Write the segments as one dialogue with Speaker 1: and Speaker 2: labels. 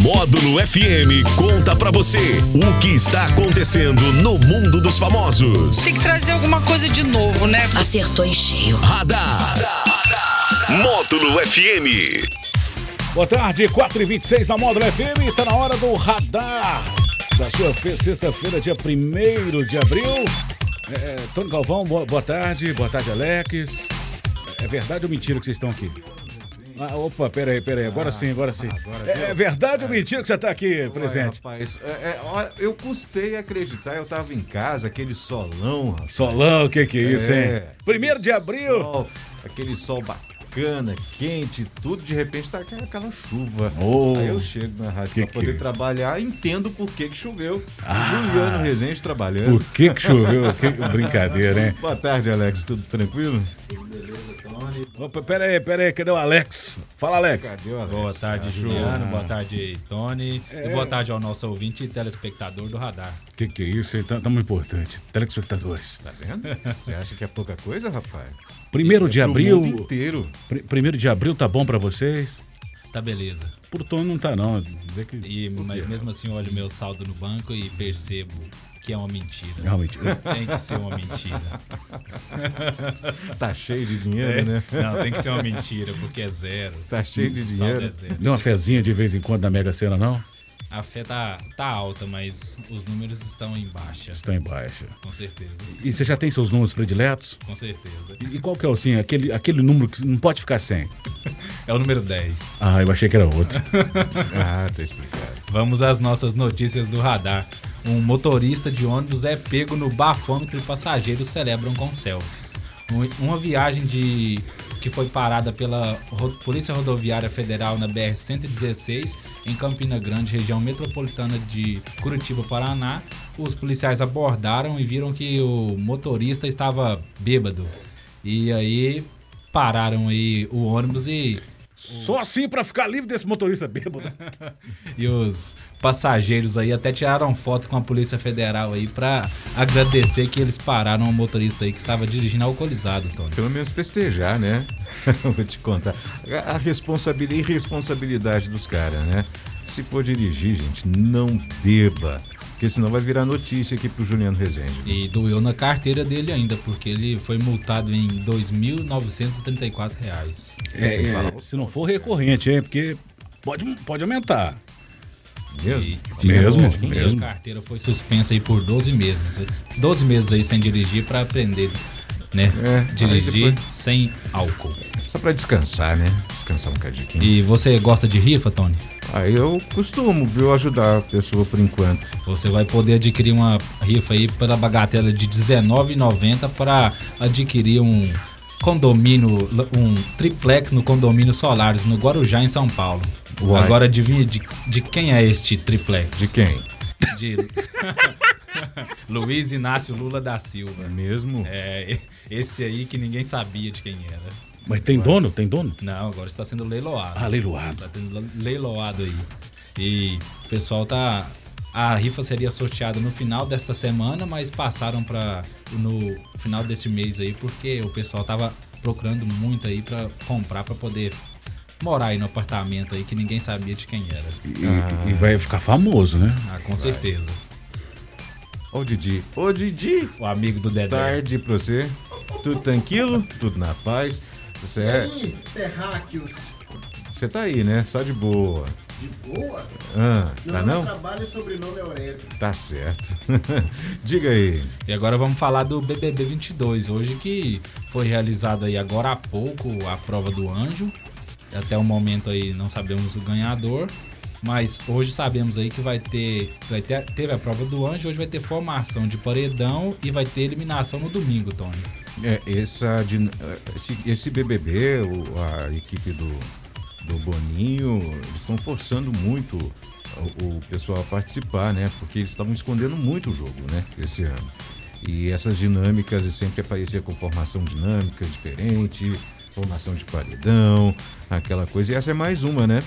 Speaker 1: Módulo FM conta pra você o que está acontecendo no mundo dos famosos.
Speaker 2: Tem que trazer alguma coisa de novo, né?
Speaker 3: Acertou em cheio.
Speaker 1: Radar. Módulo FM.
Speaker 4: Boa tarde, 4h26 na Módulo FM. Está na hora do radar da sua fe- sexta-feira, dia 1 de abril. É, Tony Galvão, boa, boa tarde. Boa tarde, Alex. É verdade ou mentira que vocês estão aqui? Ah, opa, peraí, peraí. Agora sim, Ah, agora sim. é, verdade ou mentira que você está aqui presente?
Speaker 5: Ué, rapaz, é- é, ó, eu custei acreditar, eu tava em casa, aquele solão, rapaz.
Speaker 4: Solão, o que, que é isso, hein?
Speaker 5: É,
Speaker 4: Primeiro de abril.
Speaker 5: sol, aquele sol bacana, quente, tudo, de repente tá aquela- aquela chuva.
Speaker 4: Oh.
Speaker 5: Aí eu chego na rádio
Speaker 4: Que
Speaker 5: pra poder
Speaker 4: que- é? Ah.
Speaker 5: trabalhar, entendo por que que choveu. Juliano Rezende trabalhando.
Speaker 4: Por né? que, que choveu? Que brincadeira, hein?
Speaker 5: Boa tarde, Alex, tudo tranquilo?
Speaker 4: Opa, peraí, peraí. Cadê o Alex? Fala, Alex.
Speaker 5: Cadê o Alex?
Speaker 6: Boa tarde,
Speaker 5: Achou?
Speaker 6: Juliano. Boa tarde, Tony. E boa tarde ao nosso ouvinte e telespectador do Radar.
Speaker 4: O que, que é isso? Então, tamo importante. Telespectadores.
Speaker 5: Tá vendo? Você acha que é pouca coisa, rapaz?
Speaker 4: Primeiro de
Speaker 5: Pro
Speaker 4: abril.
Speaker 5: mundo inteiro.
Speaker 4: Pri- Primeiro de abril tá bom pra vocês?
Speaker 6: Tá beleza.
Speaker 4: Por Tony não tá, não. Dizer que.
Speaker 6: E, mas mesmo assim, eu olho meu saldo no banco e percebo que é uma mentira.
Speaker 4: Realmente.
Speaker 6: Tem que ser uma mentira.
Speaker 5: Tá cheio de dinheiro,
Speaker 4: É.
Speaker 5: né?
Speaker 6: Não, tem que ser uma mentira, porque é zero.
Speaker 5: Tá cheio de
Speaker 6: O
Speaker 5: dinheiro.
Speaker 6: Saldo é zero.
Speaker 4: Deu uma fezinha de vez em quando na Mega Sena, não?
Speaker 6: A fé tá, tá alta, mas os números estão em baixa.
Speaker 4: Estão em baixa.
Speaker 6: Com certeza.
Speaker 4: E você já tem seus números prediletos?
Speaker 6: Com certeza.
Speaker 4: E e qual que é o sim? Aquele, aquele número que não pode ficar sem.
Speaker 6: É o número 10.
Speaker 4: Ah, eu achei que era outro.
Speaker 5: Ah, tá explicado.
Speaker 6: Vamos às nossas notícias do radar. Um motorista de ônibus é pego no bafômetro e passageiros celebram com selfie. Um- Uma viagem de que foi parada pela Ro- Polícia Rodoviária Federal na BR-116, em Campina Grande, região metropolitana de Curitiba, Paraná, os policiais abordaram e viram que o motorista estava bêbado. E aí pararam aí o ônibus e
Speaker 4: Só assim pra ficar livre desse motorista bêbado.
Speaker 6: E os passageiros aí até tiraram foto com a Polícia Federal aí pra agradecer que eles pararam o motorista aí que estava dirigindo alcoolizado, Tony.
Speaker 5: Pelo menos festejar, né? Vou te contar. A, a responsabilidade, irresponsabilidade dos caras, né? Se for dirigir, gente, não beba. Porque senão vai virar notícia aqui pro Juliano Rezende.
Speaker 6: E doeu na carteira dele ainda, porque ele foi multado em R$ 2.934. reais.
Speaker 4: É, é, se não for recorrente, hein? Porque pode, pode aumentar.
Speaker 5: Mesmo?
Speaker 4: Mesmo,
Speaker 6: Ficou-
Speaker 4: mesmo.
Speaker 6: A carteira foi suspensa aí por 12 meses. 12 meses aí sem dirigir pra aprender, né?
Speaker 5: É, aí
Speaker 6: dirigir
Speaker 5: depois-
Speaker 6: sem álcool.
Speaker 5: Só pra descansar, né? Descansar um cadiquinho.
Speaker 6: E você gosta de rifa, Tony?
Speaker 5: Aí eu costumo, viu, ajudar a pessoa por enquanto.
Speaker 6: Você vai poder adquirir uma rifa aí pela bagatela de R$19,90 para adquirir um condomínio, um triplex no condomínio Solares, no Guarujá, em São Paulo.
Speaker 5: Uai.
Speaker 6: Agora adivinha de, de quem é este triplex?
Speaker 5: De quem?
Speaker 6: De... Luiz Inácio Lula da Silva.
Speaker 5: Mesmo?
Speaker 6: É, esse aí que ninguém sabia de quem era.
Speaker 4: Mas tem dono? Tem dono?
Speaker 6: Não, agora está sendo leiloado.
Speaker 4: Ah, leiloado.
Speaker 6: Tá tendo leiloado aí. E o pessoal tá. A rifa seria sorteada no final desta semana, mas passaram para no final desse mês aí, porque o pessoal tava procurando muito aí para comprar para poder morar aí no apartamento aí que ninguém sabia de quem era.
Speaker 4: E, e vai ficar famoso, né?
Speaker 6: Ah, com certeza.
Speaker 5: Ô, Didi. Ô, Didi!
Speaker 6: O amigo do Dedé.
Speaker 5: Tarde pra você. Tudo tranquilo? Tudo na paz? Você é...
Speaker 7: Ih, terráqueos.
Speaker 5: Você tá aí, né? Só de boa.
Speaker 7: De boa?
Speaker 5: Ah,
Speaker 7: Meu
Speaker 5: tá
Speaker 7: nome
Speaker 5: não?
Speaker 7: de trabalho e sobrenome é Oreste.
Speaker 5: Tá certo. Diga aí.
Speaker 6: E agora vamos falar do BBB 22, hoje que foi realizada aí agora há pouco a prova do anjo. Até o momento aí não sabemos o ganhador, mas hoje sabemos aí que vai ter, vai ter teve a prova do anjo, hoje vai ter formação de paredão e vai ter eliminação no domingo, Tony.
Speaker 5: É, essa, din- esse, esse BBB, o- a equipe do, do Boninho, eles estão forçando muito o, o pessoal a participar, né? Porque eles estavam escondendo muito o jogo, né? Esse ano. E essas dinâmicas, e sempre aparecia com formação dinâmica diferente, formação de paredão, aquela coisa. E essa é mais uma, né?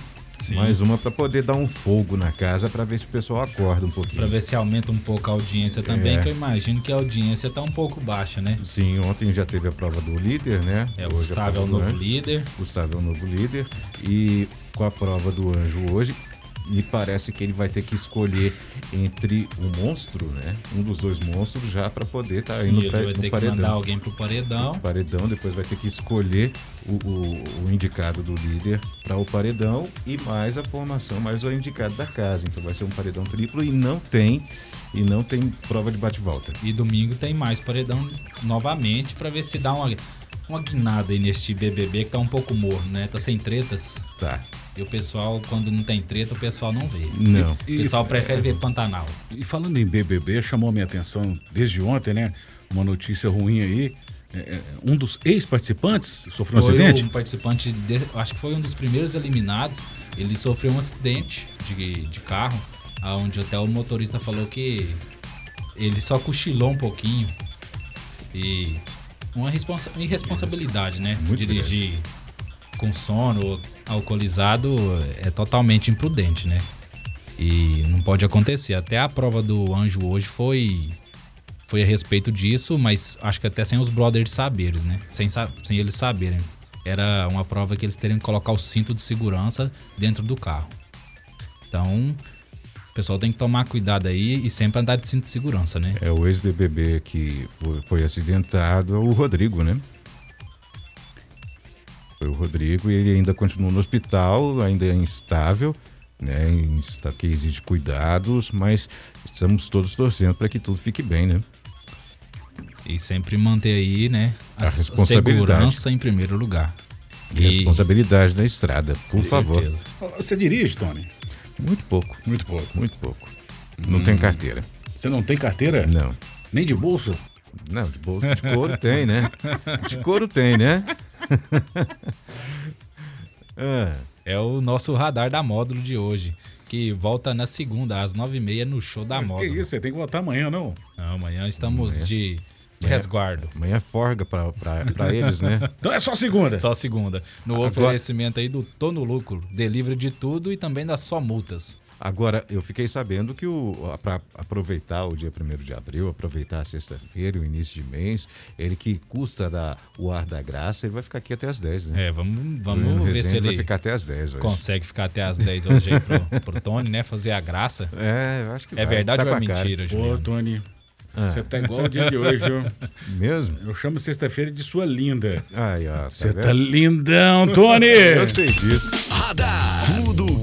Speaker 5: Mais uma para poder dar um fogo na casa para ver se o pessoal acorda um pouquinho.
Speaker 6: Pra ver se aumenta um pouco a audiência também,
Speaker 5: É.
Speaker 6: que eu imagino que a audiência tá um pouco baixa, né?
Speaker 5: Sim, ontem já teve a prova do líder, né?
Speaker 6: É, o
Speaker 5: Hoje a
Speaker 6: Gustavo é
Speaker 5: prova
Speaker 6: o
Speaker 5: do Tá
Speaker 6: novo
Speaker 5: anjo.
Speaker 6: líder.
Speaker 5: Gustavo é o novo líder. E com a prova do anjo hoje, me parece que ele vai ter que escolher entre o monstro, né? Um dos dois monstros já para poder estar
Speaker 6: Sim,
Speaker 5: indo
Speaker 6: ele
Speaker 5: pra,
Speaker 6: vai
Speaker 5: no
Speaker 6: ter que
Speaker 5: paredão.
Speaker 6: mandar alguém pro paredão.
Speaker 5: Paredão, depois vai ter que escolher o, o- o indicado do líder para o paredão e mais a formação, mais o indicado da casa. Então vai ser um paredão triplo e não tem e não tem prova de bate-volta.
Speaker 6: E domingo tem mais paredão novamente pra ver se dá uma, uma guinada aí neste BBB que tá um pouco morno, né? Tá sem tretas.
Speaker 5: Tá.
Speaker 6: E o pessoal, quando não tem treta, o pessoal não vê.
Speaker 5: Não.
Speaker 6: O pessoal prefere ver Pantanal.
Speaker 4: E falando em BBB, chamou minha atenção desde ontem, né? Uma notícia ruim aí. É, é, um dos ex-participantes sofreu um
Speaker 6: foi
Speaker 4: acidente?
Speaker 6: um participante, de- acho que foi um dos primeiros eliminados. Ele sofreu um acidente de, de carro, onde até o motorista falou que ele só cochilou um pouquinho. E uma responsa- irresponsabilidade, né?
Speaker 5: Muito
Speaker 6: Dirigir com sono ou alcoolizado é totalmente imprudente, né? E não pode acontecer. Até a prova do anjo hoje foi foi a respeito disso, mas acho que até sem os brothers saberes, né? Sem, sa- sem eles saberem. Era uma prova que eles teriam que colocar o cinto de segurança dentro do carro. Então, o pessoal tem que tomar cuidado aí e sempre andar de cinto de segurança, né?
Speaker 5: É o ex-BBB que foi, foi acidentado, o Rodrigo, né? Foi o Rodrigo e ele ainda continua no hospital, ainda é instável, né? Insta- Que exige cuidados, mas estamos todos torcendo para que tudo fique bem, né?
Speaker 6: E sempre manter aí, né?
Speaker 5: A
Speaker 6: s-
Speaker 5: responsabilidade.
Speaker 6: segurança em primeiro lugar.
Speaker 5: E responsabilidade na estrada, por
Speaker 6: com
Speaker 5: favor.
Speaker 6: certeza.
Speaker 4: Você dirige, Tony?
Speaker 5: Muito pouco,
Speaker 4: Muito pouco.
Speaker 5: muito pouco. Não tem carteira.
Speaker 4: Você não tem carteira?
Speaker 5: Não.
Speaker 4: Nem de bolso?
Speaker 5: Não, de bolsa de couro tem, né? De couro tem, né? ah.
Speaker 6: É o nosso radar da módulo de hoje, que volta na segunda, às nove e meia, no show da
Speaker 4: Que
Speaker 6: módulo.
Speaker 4: isso, você tem que voltar amanhã, não?
Speaker 6: Não, amanhã estamos de, de resguardo.
Speaker 5: Amanhã é forga pra, pra, pra eles, né?
Speaker 4: Então é só segunda.
Speaker 6: Só segunda. No oferecimento aí do Tô no Lucro. Delivery de tudo e também das só multas.
Speaker 5: Agora, eu fiquei sabendo que para aproveitar o dia 1 de abril, aproveitar a sexta-feira, o início de mês, ele que custa da, o ar da graça, ele vai ficar aqui até as 10, né?
Speaker 6: É, vamos,
Speaker 5: Juliano
Speaker 6: vamos ver
Speaker 5: Rezende
Speaker 6: se
Speaker 5: vai
Speaker 6: ele
Speaker 5: ficar até as 10 hoje.
Speaker 6: consegue ficar até as 10 hoje aí pro, pro Tony, né? Fazer a graça.
Speaker 5: É, eu acho que
Speaker 6: É
Speaker 5: vai.
Speaker 6: verdade
Speaker 5: Tá
Speaker 6: ou é
Speaker 5: com a cara. É.
Speaker 6: mentira,
Speaker 4: Ô,
Speaker 6: Juliano?
Speaker 4: Tony, você tá igual o dia de hoje, viu?
Speaker 5: Mesmo?
Speaker 4: Eu chamo sexta-feira de sua linda.
Speaker 5: Ai, ó, tá
Speaker 4: Você
Speaker 5: vendo?
Speaker 4: tá lindão, Tony!
Speaker 5: Eu sei disso.
Speaker 1: Radar. Tudo o